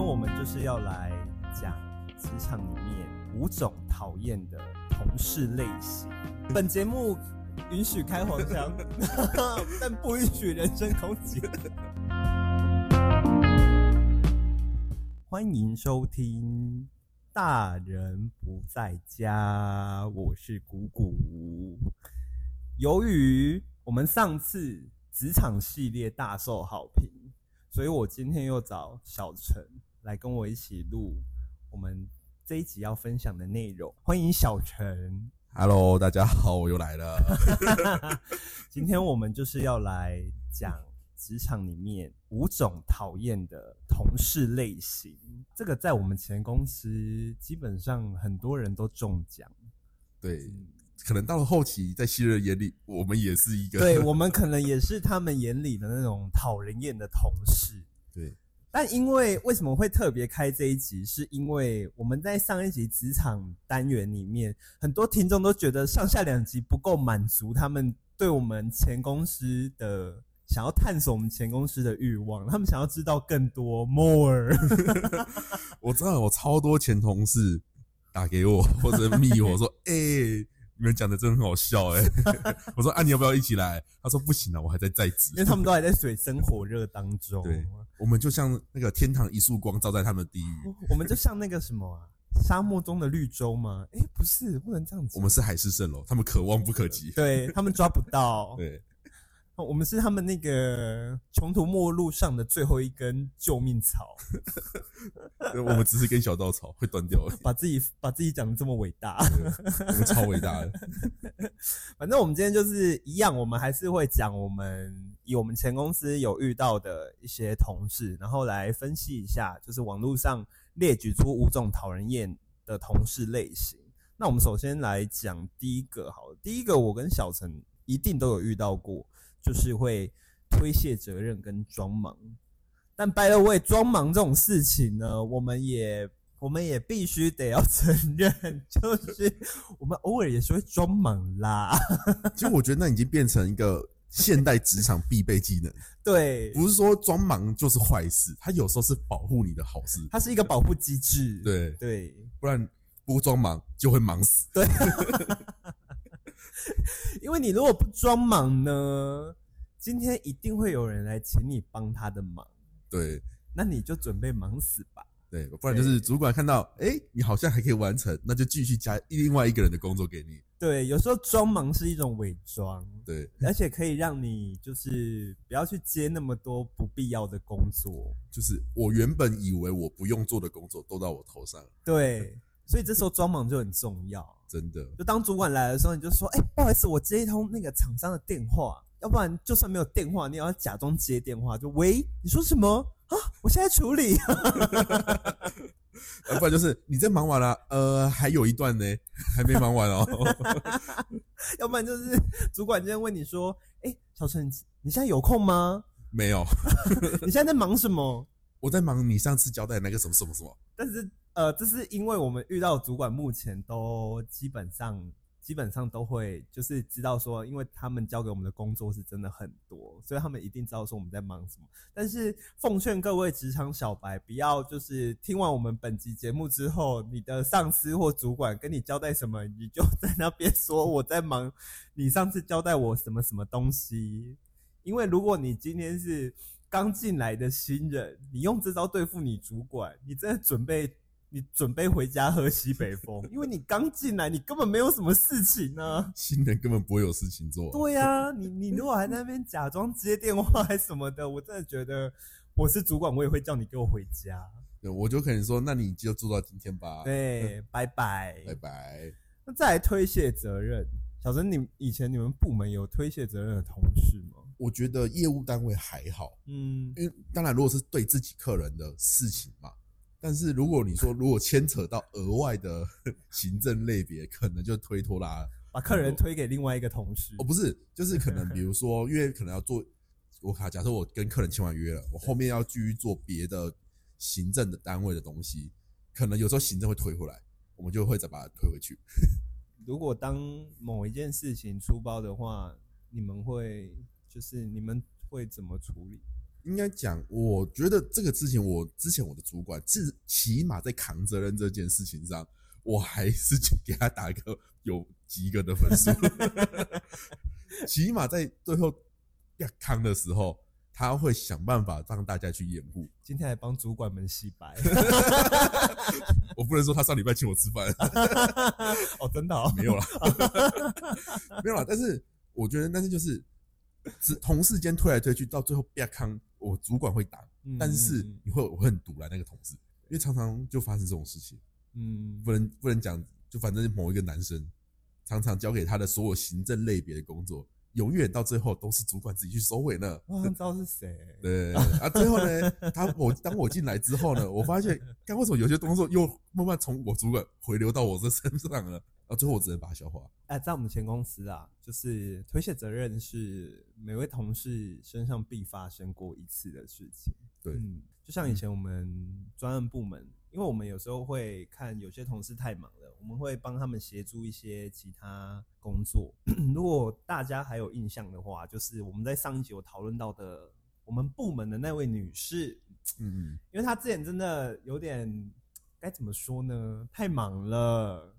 我们就是要来讲职场里面五种讨厌的同事类型。本节目允许开黄腔， 但不允许人身攻击。欢迎收听《大人不在家》，我是谷谷。由于我们上次职场系列大受好评，所以我今天又找小陈来跟我一起录我们这一集要分享的内容。欢迎小陈。 Hello，大家好，我又来了。 今天我们就是要来讲职场里面五种讨厌的同事类型。这个在我们前公司基本上很多人都中奖。对，可能到了后期，在新人眼里，我们也是一 个对我们可能也是他们眼里的那种讨人厌的同事。 对但因为为什么会特别开这一集，是因为我们在上一集职场单元里面，很多听众都觉得上下两集不够满足他们对我们前公司的想要探索我们前公司的欲望，他们想要知道更多 more。我知道有超多前同事打给我 或者密我 说，哎、你们讲的真的很好笑哎、 我说啊，你要不要一起来？他说不行啊，我还在在职因。为他们都还在水深火热当中。对我们就像那个天堂一束光照在他们的地狱，我们就像那个什么啊，沙漠中的绿洲吗？诶，不是，不能这样子。我们是海市蜃楼，他们可望不可及。对他们抓不到。 对哦我们是他们那个穷途末路上的最后一根救命草，我们只是根小稻草会断掉而已，把自己把自己讲的这么伟大。我们超伟大的。反正我们今天就是一样，我们还是会讲我们以我们前公司有遇到的一些同事，然后来分析一下，就是网络上列举出五种讨人厌的同事类型。那我们首先来讲第一个，好了，第一个我跟小陈一定都有遇到过，就是会推卸责任跟装忙。但 by the way，装忙这种事情呢，我们也我们也必须得要承认，就是我们偶尔也是会装忙啦。其实我觉得那已经变成一个现代职场必备技能。对，不是说装忙就是坏事，它有时候是保护你的好事。它是一个保护机制。对，对，不然不装忙就会忙死。因为你如果不装忙呢，今天一定会有人来请你帮他的忙，对那你就准备忙死吧。对，不然就是主管看到，哎、你好像还可以完成，那就继续加另外一个人的工作给你。对，有时候装忙是一种伪装，对，而且可以让你就是不要去接那么多不必要的工作。就是我原本以为我不用做的工作都到我头上了，对，所以这时候装忙就很重要。真的。就当主管来的时候，你就说：“哎、不好意思，我接一通那个厂商的电话，要不然就算没有电话，你也要假装接电话，就喂，你说什么啊？我现在处理。 要啊不然就是你在忙完了、呃，还有一段呢，还没忙完哦。 要不然就是主管今天问你说：“哎、小陈，你现在有空吗？没有，你现在在忙什么我在忙你上次交代的那个什么什么什么。？”但是呃，这是因为我们遇到的主管目前都基本上基本上都会就是知道说，因为他们交给我们的工作是真的很多，所以他们一定知道说我们在忙什么。但是奉劝各位职场小白，不要就是听完我们本集节目之后，你的上司或主管跟你交代什么，你就在那边说我在忙，你上次交代我什么什么东西。因为如果你今天是刚进来的新人，你用这招对付你主管，你真的准备。你准备回家喝西北 风，因为你刚进来，你根本没有什么事情呢、新人根本不会有事情做。对呀、你你如果还在那边假装接电话还什么的，我真的觉得我是主管，我也会叫你给我回家。对，我就可能说，那你就做到今天吧。，对，拜嗯拜。拜拜。那再来推卸责任，小陈，你以前你们部门有推卸责任的同事吗？我觉得业务单位还好，嗯，因为当然如果是对自己客人的事情嘛，但是如果你说如果牵扯到额外的 行政类别，可能就推脱啦。把客人推给另外一个同事哦，。不是，就是可能比如说，因为可能要做，我卡假设我跟客人签完约了，我后面要继续做别的行政的单位的东西，可能有时候行政会推回来，我们就会再把它推回去。如果当某一件事情出包的话，你们会就是你们会怎么处理？应该讲，我觉得这个事情，我之前我的主管至起码在扛责任这件事情上，我还是给他打一个有及格的分数。 起码在最后要扛的时候，他会想办法让大家去掩护。今天还帮主管们洗 白，我不能说他上礼拜请我吃饭，哦，真的、哦，没有啦，没有啦。但是我觉得，但是就是，是同事间推来推去，到最后不要扛，我主管会打，嗯但是你会我会很堵来那个同事，因为常常就发生这种事情，嗯，不能不能讲，就反正某一个男生常常交给他的所有行政类别的工作，永远到最后都是主管自己去收尾呢。我好像知道是谁， 对啊，最后呢，他我当我进来之后呢，我发现，干为什么有些动作又慢慢从我主管回流到我这身上了？啊，最后我只能把它消化。哎、在我们前公司啊，就是推卸责任是每位同事身上必发生过一次的事情。对嗯，就像以前我们专案部门，因为我们有时候会看有些同事太忙了，我们会帮他们协助一些其他工作。 如果大家还有印象的话，就是我们在上一集有讨论到的，我们部门的那位女士，嗯嗯，因为她之前真的有点该怎么说呢，太忙了，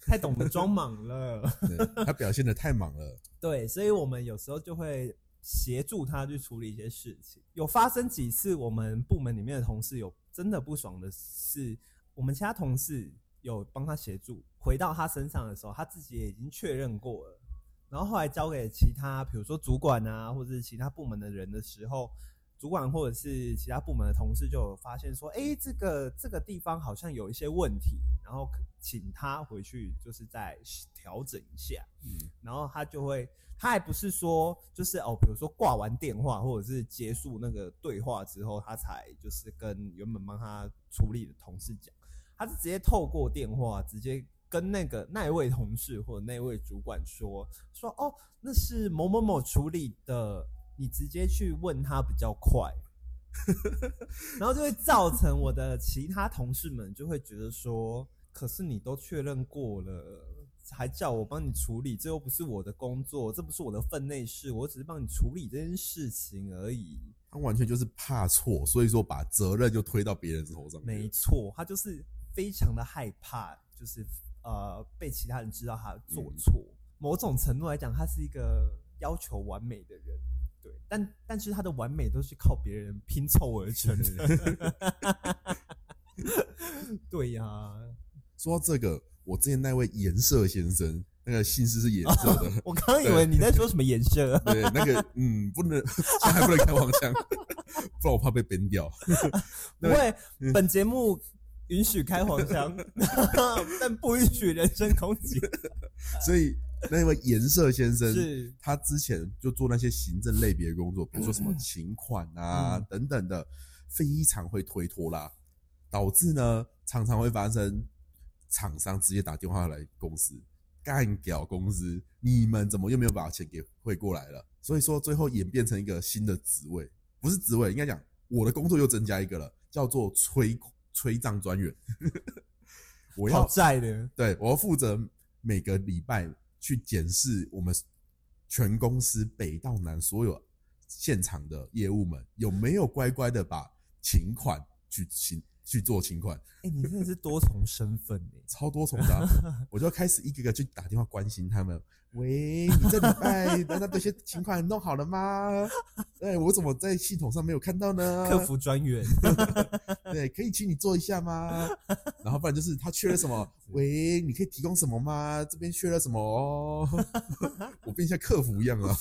太懂得装忙了。嗯对，他表现的太忙了。对，所以我们有时候就会协助他去处理一些事情。有发生几次，我们部门里面的同事有真的不爽的是，我们其他同事有帮他协助，回到他身上的时候，他自己也已经确认过了。然后后来交给其他，比如说主管啊，或者是其他部门的人的时候，主管或者是其他部门的同事就有发现说，哎，这个这个地方好像有一些问题，然后请他回去就是再调整一下。嗯，然后他就会，他还不是说就是哦，比如说挂完电话或者是结束那个对话之后，他才就是跟原本帮他处理的同事讲，他是直接透过电话直接跟那个那一位同事或者那一位主管说说哦，那是某某某处理的，你直接去问他比较快。然后就会造成我的其他同事们就会觉得说，可是你都确认过了，还叫我帮你处理，这又不是我的工作，这不是我的分内事，我只是帮你处理这件事情而已。他完全就是怕错，所以说把责任就推到别人头上去。没错，他就是非常的害怕，就是呃被其他人知道他做错。某种程度来讲，他是一个要求完美的人，对，但但是他的完美都是靠别人拼凑而成的。 对呀、，说到这个，我之前那位颜色先生，那个姓氏是颜色的，我刚刚以为你在说什么颜色啊 对，那个嗯，不能， 现在还不能开黄腔， 不然我怕被编掉。不会，本节目允许开黄腔， 但不允许人身攻击。所以那位颜色先生是，他之前就做那些行政类别的工作，比如说什么请款啊、嗯等等的，非常会推脱啦，导致呢常常会发生厂商直接打电话来公司干掉公司，你们怎么又没有把钱给汇过来了？所以说最后演变成一个新的职位，不是职位，应该讲我的工作又增加一个了，叫做催催账专员。 我要好债的，对我要负责每个礼拜去检视我们全公司北到南所有现场的业务们有没有乖乖的把请款去请去做请款，哎、你真的是多重身份哎、超多重 的啊、我就要开始一个个去打电话关心他们。喂，你这礼拜 难道这些请款弄好了吗？ 哎，我怎么在系统上没有看到呢？客服专员。 对，可以请你做一下吗？然后不然就是他缺了什么，喂，你可以提供什么吗？这边缺了什么哦？我变像客服一样啊！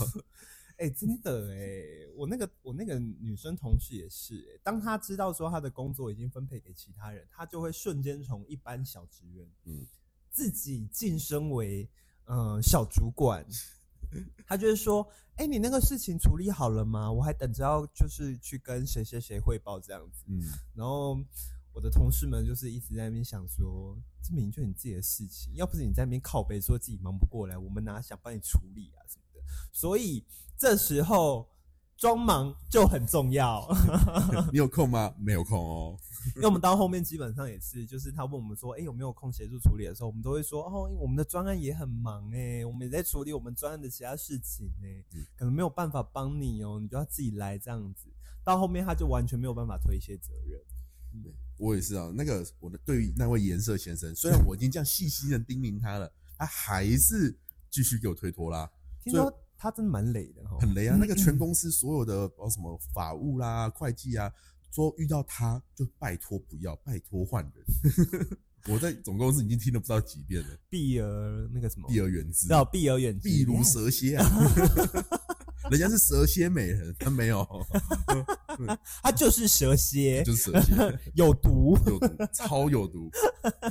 哎、真的哎、我那个我那个女生同事也是、欸，当她知道说她的工作已经分配给其他人，她就会瞬间从一般小职员，嗯嗯，自己晋升为嗯、呃小主管。她就会说：“哎、你那个事情处理好了吗？我还等着要就是去跟谁谁谁汇报这样子。”嗯，然后我的同事们就是一直在那边想说，这明明就你自己的事情，要不是你在那边靠背说自己忙不过来，我们哪想帮你处理啊什么的。所以这时候装忙就很重要。 你有空吗？没有空哦。因为我们到后面基本上也是，就是他问我们说，哎、有没有空协助处理的时候，我们都会说，哦，我们的专案也很忙哎、我们也在处理我们专案的其他事情哎、嗯可能没有办法帮你哦、你就要自己来这样子。到后面他就完全没有办法推卸责任，我也是啊，那个我的对于那位颜色先生，虽然我已经这样细心的叮咛他了，他还是继续给我推脱啦，听说他真的蛮累的哦哈。很雷啊！那个全公司所有的包括什么法务啦、会计啊，说遇到他就拜托不要，拜托换人。 我在总公司已经听了不知道几遍了，避而那个什么，避而远之，叫避而远之，哎避如蛇蝎啊！ 人家是蛇蝎美人，他没有，哎他就是蛇蝎， 就是蛇蝎。有毒。有毒，超有毒。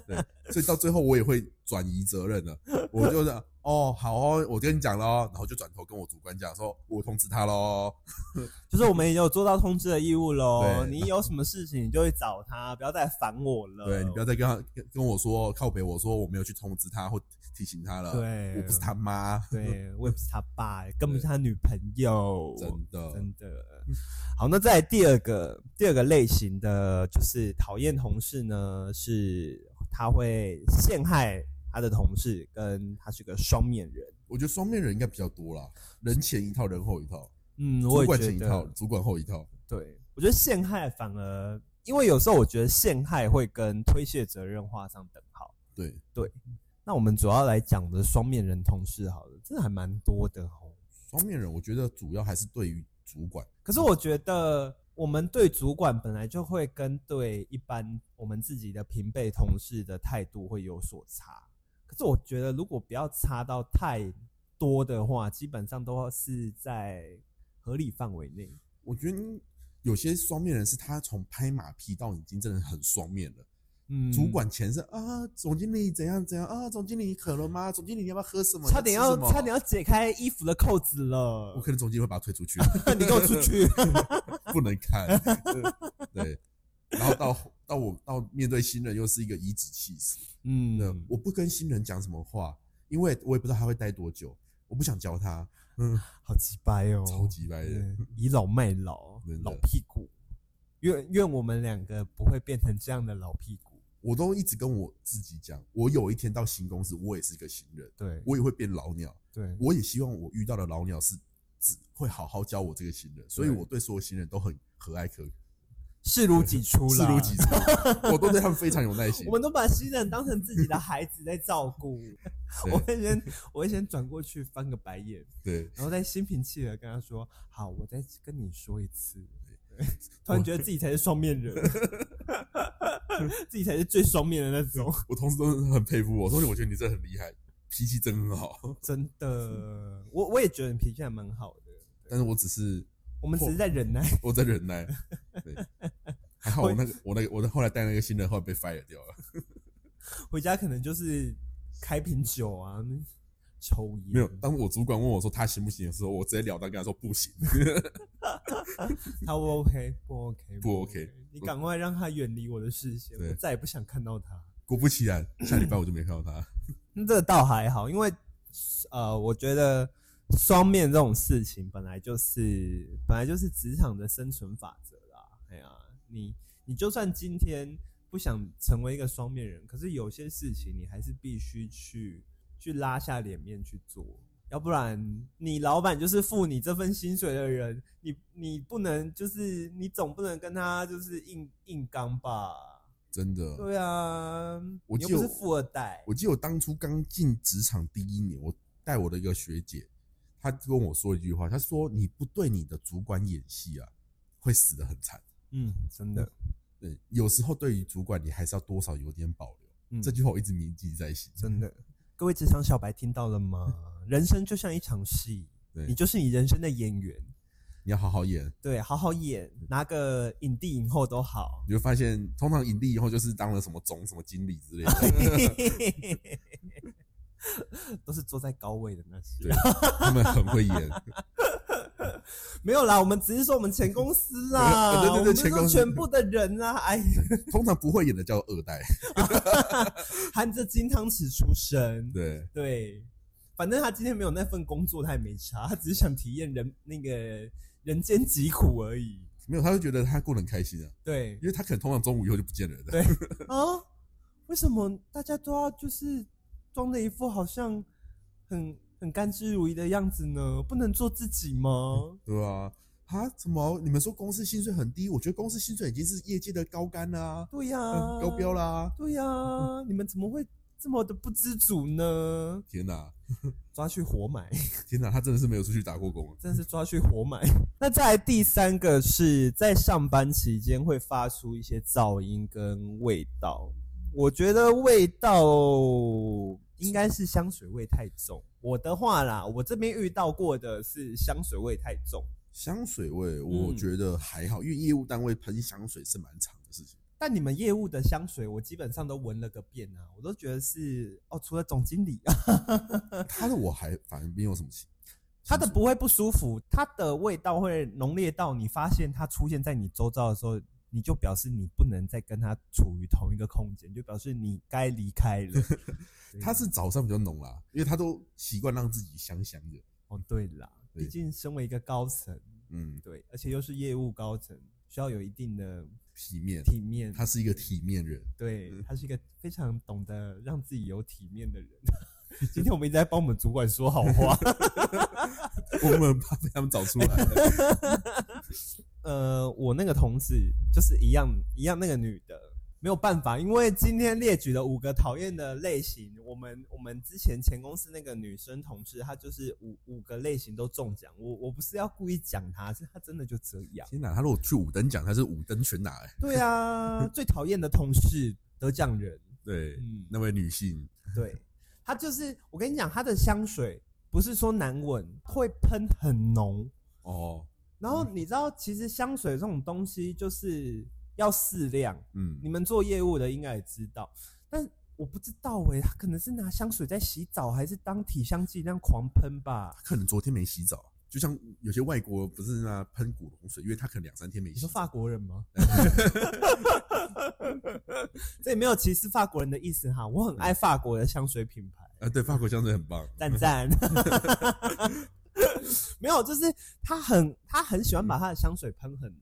对，所以到最后我也会转移责任了。我就是哦，好哦，我跟你讲喽，然后就转头跟我主管讲说，我通知他哦喽。就是我们也有做到通知的义务喽。对你有什么事情，你就会找他，不要再烦我了。对你不要再跟他跟跟我说靠北，我说我没有去通知他或提醒他了。对我不是他妈，对， 我也不是他爸，根本是他女朋友。真的真的。好，那再来第二个第二个类型的就是讨厌同事呢，是他会陷害他的同事，跟他是个双面人。我觉得双面人应该比较多啦，人前一套，人后一套，嗯，主我也管觉前一套，得，主管后一套。对我觉得陷害反而，因为有时候我觉得陷害会跟推卸责任画上等号。对，那我们主要来讲的双面人同事，好了，真的还蛮多的哦。双面人我觉得主要还是对于主管。可是我觉得我们对主管本来就会跟对一般我们自己的平辈同事的态度会有所差。可是我觉得如果不要差到太多的话，基本上都是在合理范围内。我觉得你有些双面人是他从拍马屁到已经真的很双面了。嗯主管前是啊，总经理怎样怎样啊，总经理渴了吗？总经理你要不要喝什么？差点要你吃什么差点要解开衣服的扣子了我，可能总经理会把他推出去， 你给我出去！不能看。对，然后到到我到面对新人又是一个颐指气使。嗯那我不跟新人讲什么话，因为我也不知道他会待多久，我不想教他。嗯，好鸡掰哦，超级白人。对倚老卖老真，的老屁股。愿愿我们两个不会变成这样的老屁股。我都一直跟我自己讲，我有一天到新公司，我也是一个新人，对我也会变老鸟。对，我也希望我遇到的老鸟是只会好好教我这个新人，所以我对所有新人都很和蔼可视如己出视啦。如己出，我都对他们非常有耐 心我。们都把新人当成自己的孩子在照顾。 对我会先我会先转过去翻个白眼，对，然后再心平气和跟他说：“好，我再跟你说一次。”突然觉得自己才是双 面人，自己才是最双面的那种，我同事都很佩服我，说我觉得你真的很厉害，脾 气真很好。真的。我我也觉得你脾气还蛮好的，但是我只是我们只是在忍耐。我在忍耐，对，还好我那个我那个我的后来带那个新人后来被 fire 掉了，回家可能就是开瓶酒啊，抽烟。没有。当我主管问我说他行不行的时候，我直接了当跟他说不行。他不 OK，不 OK，不 OK 你赶快让他远离我的视线，对我再也不想看到他。果不其然，下礼拜我就没看到他。那这个倒还好，因为呃，我觉得双面这种事情本来就是本来就是职场的生存法则啦。哎呀，你你就算今天不想成为一个双面人，可是有些事情你还是必须去去拉下脸面去做。要不然，你老板就是付你这份薪水的人，你你不能就是你总不能跟他就是硬硬刚吧？真的，对啊，我你又记得不是我富二代，我记得我当初刚进职场第一年，我带我的一个学姐，她跟我说一句话，她说：“你不对你的主管演戏啊，会死得很惨。嗯，真的。”对，有时候对于主管，你还是要多少有点保留。嗯这句话我一直铭记在心。真的，各位职场小白听到了吗？人生就像一场戏，对你就是你人生的演员，你要好好演，对，好好演，拿个影帝影后都好。 你会发现，通常影帝以后就是当了什么总、什么经理之 类的，都是坐在高位的那些对，他们很会演。没有啦，我们只是说我们前公司啦， 对对对我们前公司说全部的人啊，哎，通常不会演的叫二代。含着金汤匙出生，对，对，反正他今天没有那份工作，他也没差，他只是想体验人那个人间疾苦而已。没有，他就觉得他过得很开心啊，对因为他可能通常中午以后就不见人了。对啊，为什么大家都要就是装的一副好像很很甘之如饴的样子呢？不能做自己吗？对啊，啊，怎么你们说公司薪水很低？我觉得公司薪水已经是业界的高干啦、对呀、嗯高标。嗯啦、对呀、你们怎么会这么的不知足呢？天哪、抓去活埋，天哪、他真的是没有出去打过工啊。真的是抓去活埋。 那再来第三个是在上班期间会发出一些噪音跟味道，我觉得味道应该是香水味太重。我的话啦，我这边遇到过的是香水味太重，香水味，我嗯觉得还好，因为业务单位喷香水是蛮长的事情。但你们业务的香水我基本上都闻了个遍啊，我都觉得是哦，除了总经理啊，他的我还反而没有什么情，。它的不会不舒服，它的味道会浓烈到你发现它出现在你周遭的时候，你就表示你不能再跟它处于同一个空间，就表示你该离开了 他是早上比较浓啦，因为他都习惯让自己香香的。哦，对啦，对毕竟身为一个高层，嗯，对，而且又是业务高层，需要有一定的体面，体面。他是一个体面人。对嗯他是一个非常懂得让自己有体面的人。 今天我们一直在帮我们主管说好话。我们很怕被他们找出来。 呃，我那个同事就是一样一样那个女的，没有办法，因为今天列举的五个讨厌的类型，我们我们之前前公司那个女生同事，她就是五五个类型都中奖。我我不是要故意讲她，是她真的就这样。天哪，他如果去五等奖，他是五等全拿、欸。对啊，最讨厌的同事得奖人，对，嗯那位女性，对，她就是我跟你讲，她的香水不是说难闻，会喷很浓，哦，然后你知道，其实香水这种东西就是要适量。嗯，你们做业务的应该也知道，但我不知道哎、他可能是拿香水在洗澡，还是当体香剂那样狂喷吧？他可能昨天没洗澡，就像有些外国不是那喷古龙水，因为他可能两三天没你洗说澡。法国人吗？ 这也没有歧视法国人的意思哈，我很爱法国的香水品牌，啊，对，法国香水很棒，赞赞。 没有，就是他很他很喜欢把他的香水喷很浓，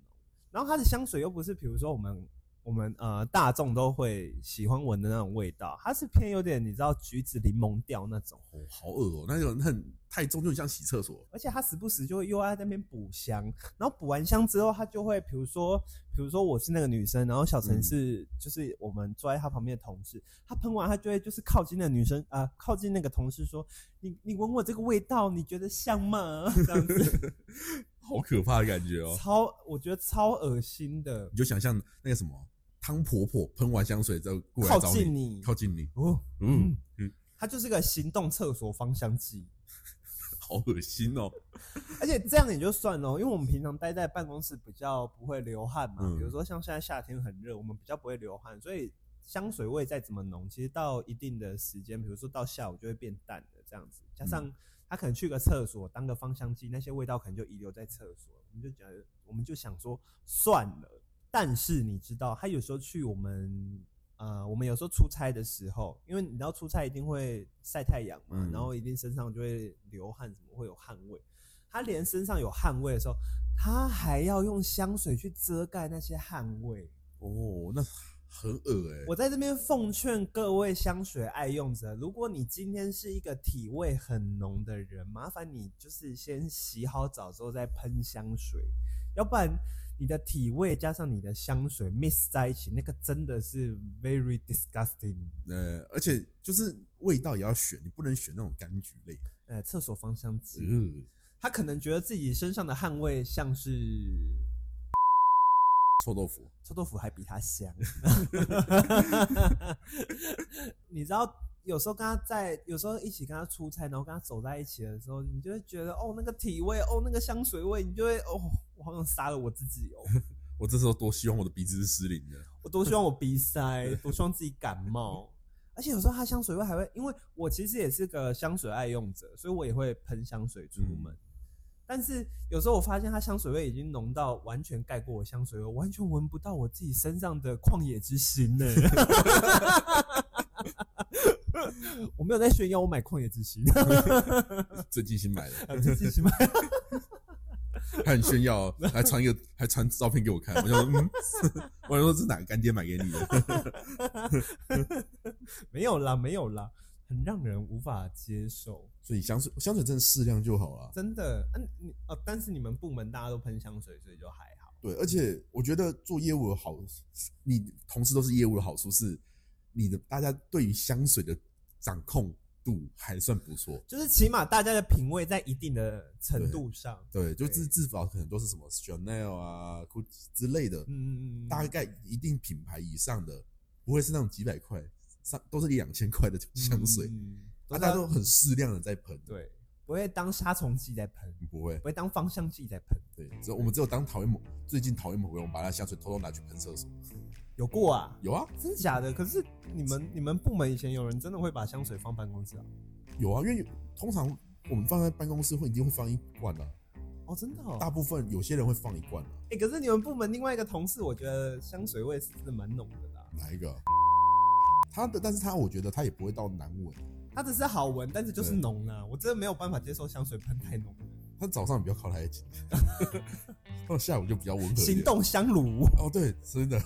然后他的香水又不是比如说我们我们呃大众都会喜欢闻的那种味道，它是偏有点你知道橘子柠檬调那种。哦，好恶哦，那种很太重，就很像洗厕所。而且他时不时就会又在那边补香，然后补完香之后，他就会比如说，比如说我是那个女生，然后小陈嗯是就是我们坐在他旁边的同事，他喷完他就会就是靠近那个女生啊、呃靠近那个同事说，你你闻我这个味道，你觉得像吗？这样子好可怕的感觉哦！超我觉得超恶心的你，就想象那个什么汤婆婆喷完香水之后过来靠找近你，你靠近你，哦，嗯嗯嗯，它就是个行动厕所芳香剂。好恶心哦！而且这样也就算了，因为我们平常待在办公室比较不会流汗嘛，嗯比如说像现在夏天很热，我们比较不会流汗，所以香水味再怎么浓，其实到一定的时间，比如说到下午就会变淡的这样子。加上他可能去个厕所当个芳香剂，那些味道可能就遗留在厕所，我们就觉得我们就想说算了。但是你知道，他有时候去我们。呃，我们有时候出差的时候，因为你知道出差一定会晒太阳嘛，嗯然后一定身上就会流汗，什么会有汗味。他连身上有汗味的时候，他还要用香水去遮盖那些汗味。哦，那很恶哎、我在这边奉劝各位香水爱用者，如果你今天是一个体味很浓的人，麻烦你就是先洗好澡之后再喷香水，要不然你的体味加上你的香水 mix 在一起，那个真的是 very disgusting。呃，而且就是味道也要选，你不能选那种柑橘类。呃，厕所芳香剂。嗯，他可能觉得自己身上的汗味像是臭豆腐，臭豆腐还比它香。你知道，有时候跟他在，有时候一起跟他出差，然后跟他走在一起的时候，你就会觉得哦，那个体味，哦，那个香水味，你就会哦，我好想杀了我自己哦。我这时候多希望我的鼻子是失灵的。我多希望我鼻塞，多希望自己感冒。而且有时候它香水味还会，因为我其实也是个香水爱用者，所以我也会喷香水出门。但是有时候我发现它香水味已经浓到完全盖过我香水味，我完全闻不到我自己身上的旷野之心呢、 我没有在炫耀我买旷野之心，最近新买的，自己买。还很炫耀哦，还传一个 还传照片给我看，我想说，嗯， 我想说这是哪个干爹买给你的？ 没有啦，没有啦，很让人无法接受，所以香水香水真的适量就好了。真的。嗯、你哦，但是你们部门大家都喷香水，所以就还好。对，而且我觉得做业务的好，你同事都是业务的好处是，你的大家对于香水的掌控度还算不错。就是起码大家的品味在一定的程度上，对，就对至至少可能都是什么 Chanel 啊、Gucci 之类的，嗯，大概一定品牌以上的，不会是那种几百块，上都是一两千块的香水，嗯啊，是大家要都很适量的在喷。，对，不会当杀虫剂在喷，不会不，会当芳香剂在喷，对，只有我们只有当讨厌某最近讨厌某个人，我们把他的香水偷偷拿去喷厕所。有过啊。有啊，真假的？可是你们你们部门以前有人真的会把香水放办公室啊？有啊，因为通常我们放在办公室会一定会放一罐啊。哦，真的哦。大部分有些人会放一罐啊，哎、可是你们部门另外一个同事，我觉得香水味是真的蛮浓的啦。哪一个啊？他的，但是他我觉得他也不会到难闻，它只是好闻，但是就是对浓啦。我真的没有办法接受香水喷太浓了。他早上比较靠得太 近，到下午就比较温和一点。行动香炉，哦，对，真的，